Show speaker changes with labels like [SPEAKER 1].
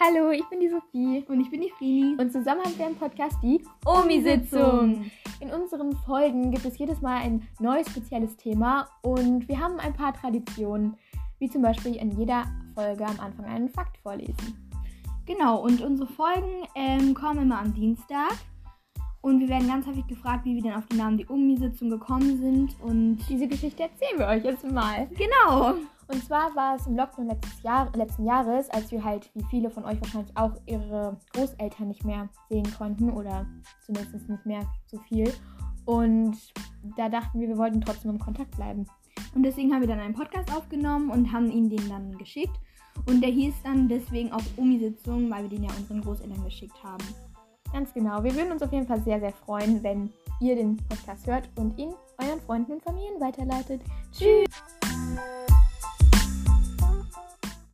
[SPEAKER 1] Hallo, ich bin die Sophie.
[SPEAKER 2] Und ich bin die Frini.
[SPEAKER 1] Und zusammen haben wir im Podcast die
[SPEAKER 2] Omi-Sitzung.
[SPEAKER 1] In unseren Folgen gibt es jedes Mal ein neues spezielles Thema und wir haben ein paar Traditionen, wie zum Beispiel in jeder Folge am Anfang einen Fakt vorlesen.
[SPEAKER 2] Genau, und unsere Folgen ähm, kommen immer am Dienstag. Und wir werden ganz häufig gefragt, wie wir denn auf die Namen die Omi-Sitzung gekommen sind. Und
[SPEAKER 1] Diese Geschichte erzählen wir euch jetzt mal.
[SPEAKER 2] genau.
[SPEAKER 1] Und zwar war es im Lockdown letztes Jahr, letzten Jahres, als wir halt, wie viele von euch wahrscheinlich auch, ihre Großeltern nicht mehr sehen konnten oder zumindest nicht mehr so viel. Und da dachten wir, wir wollten trotzdem im Kontakt bleiben.
[SPEAKER 2] Und deswegen haben wir dann einen Podcast aufgenommen und haben ihn den dann geschickt. Und der hieß dann deswegen auch Omi-Sitzung, weil wir den ja unseren Großeltern geschickt haben.
[SPEAKER 1] Ganz genau. Wir würden uns auf jeden Fall sehr, sehr freuen, wenn ihr den Podcast hört und ihn euren Freunden und Familien weiterleitet. Tschüss!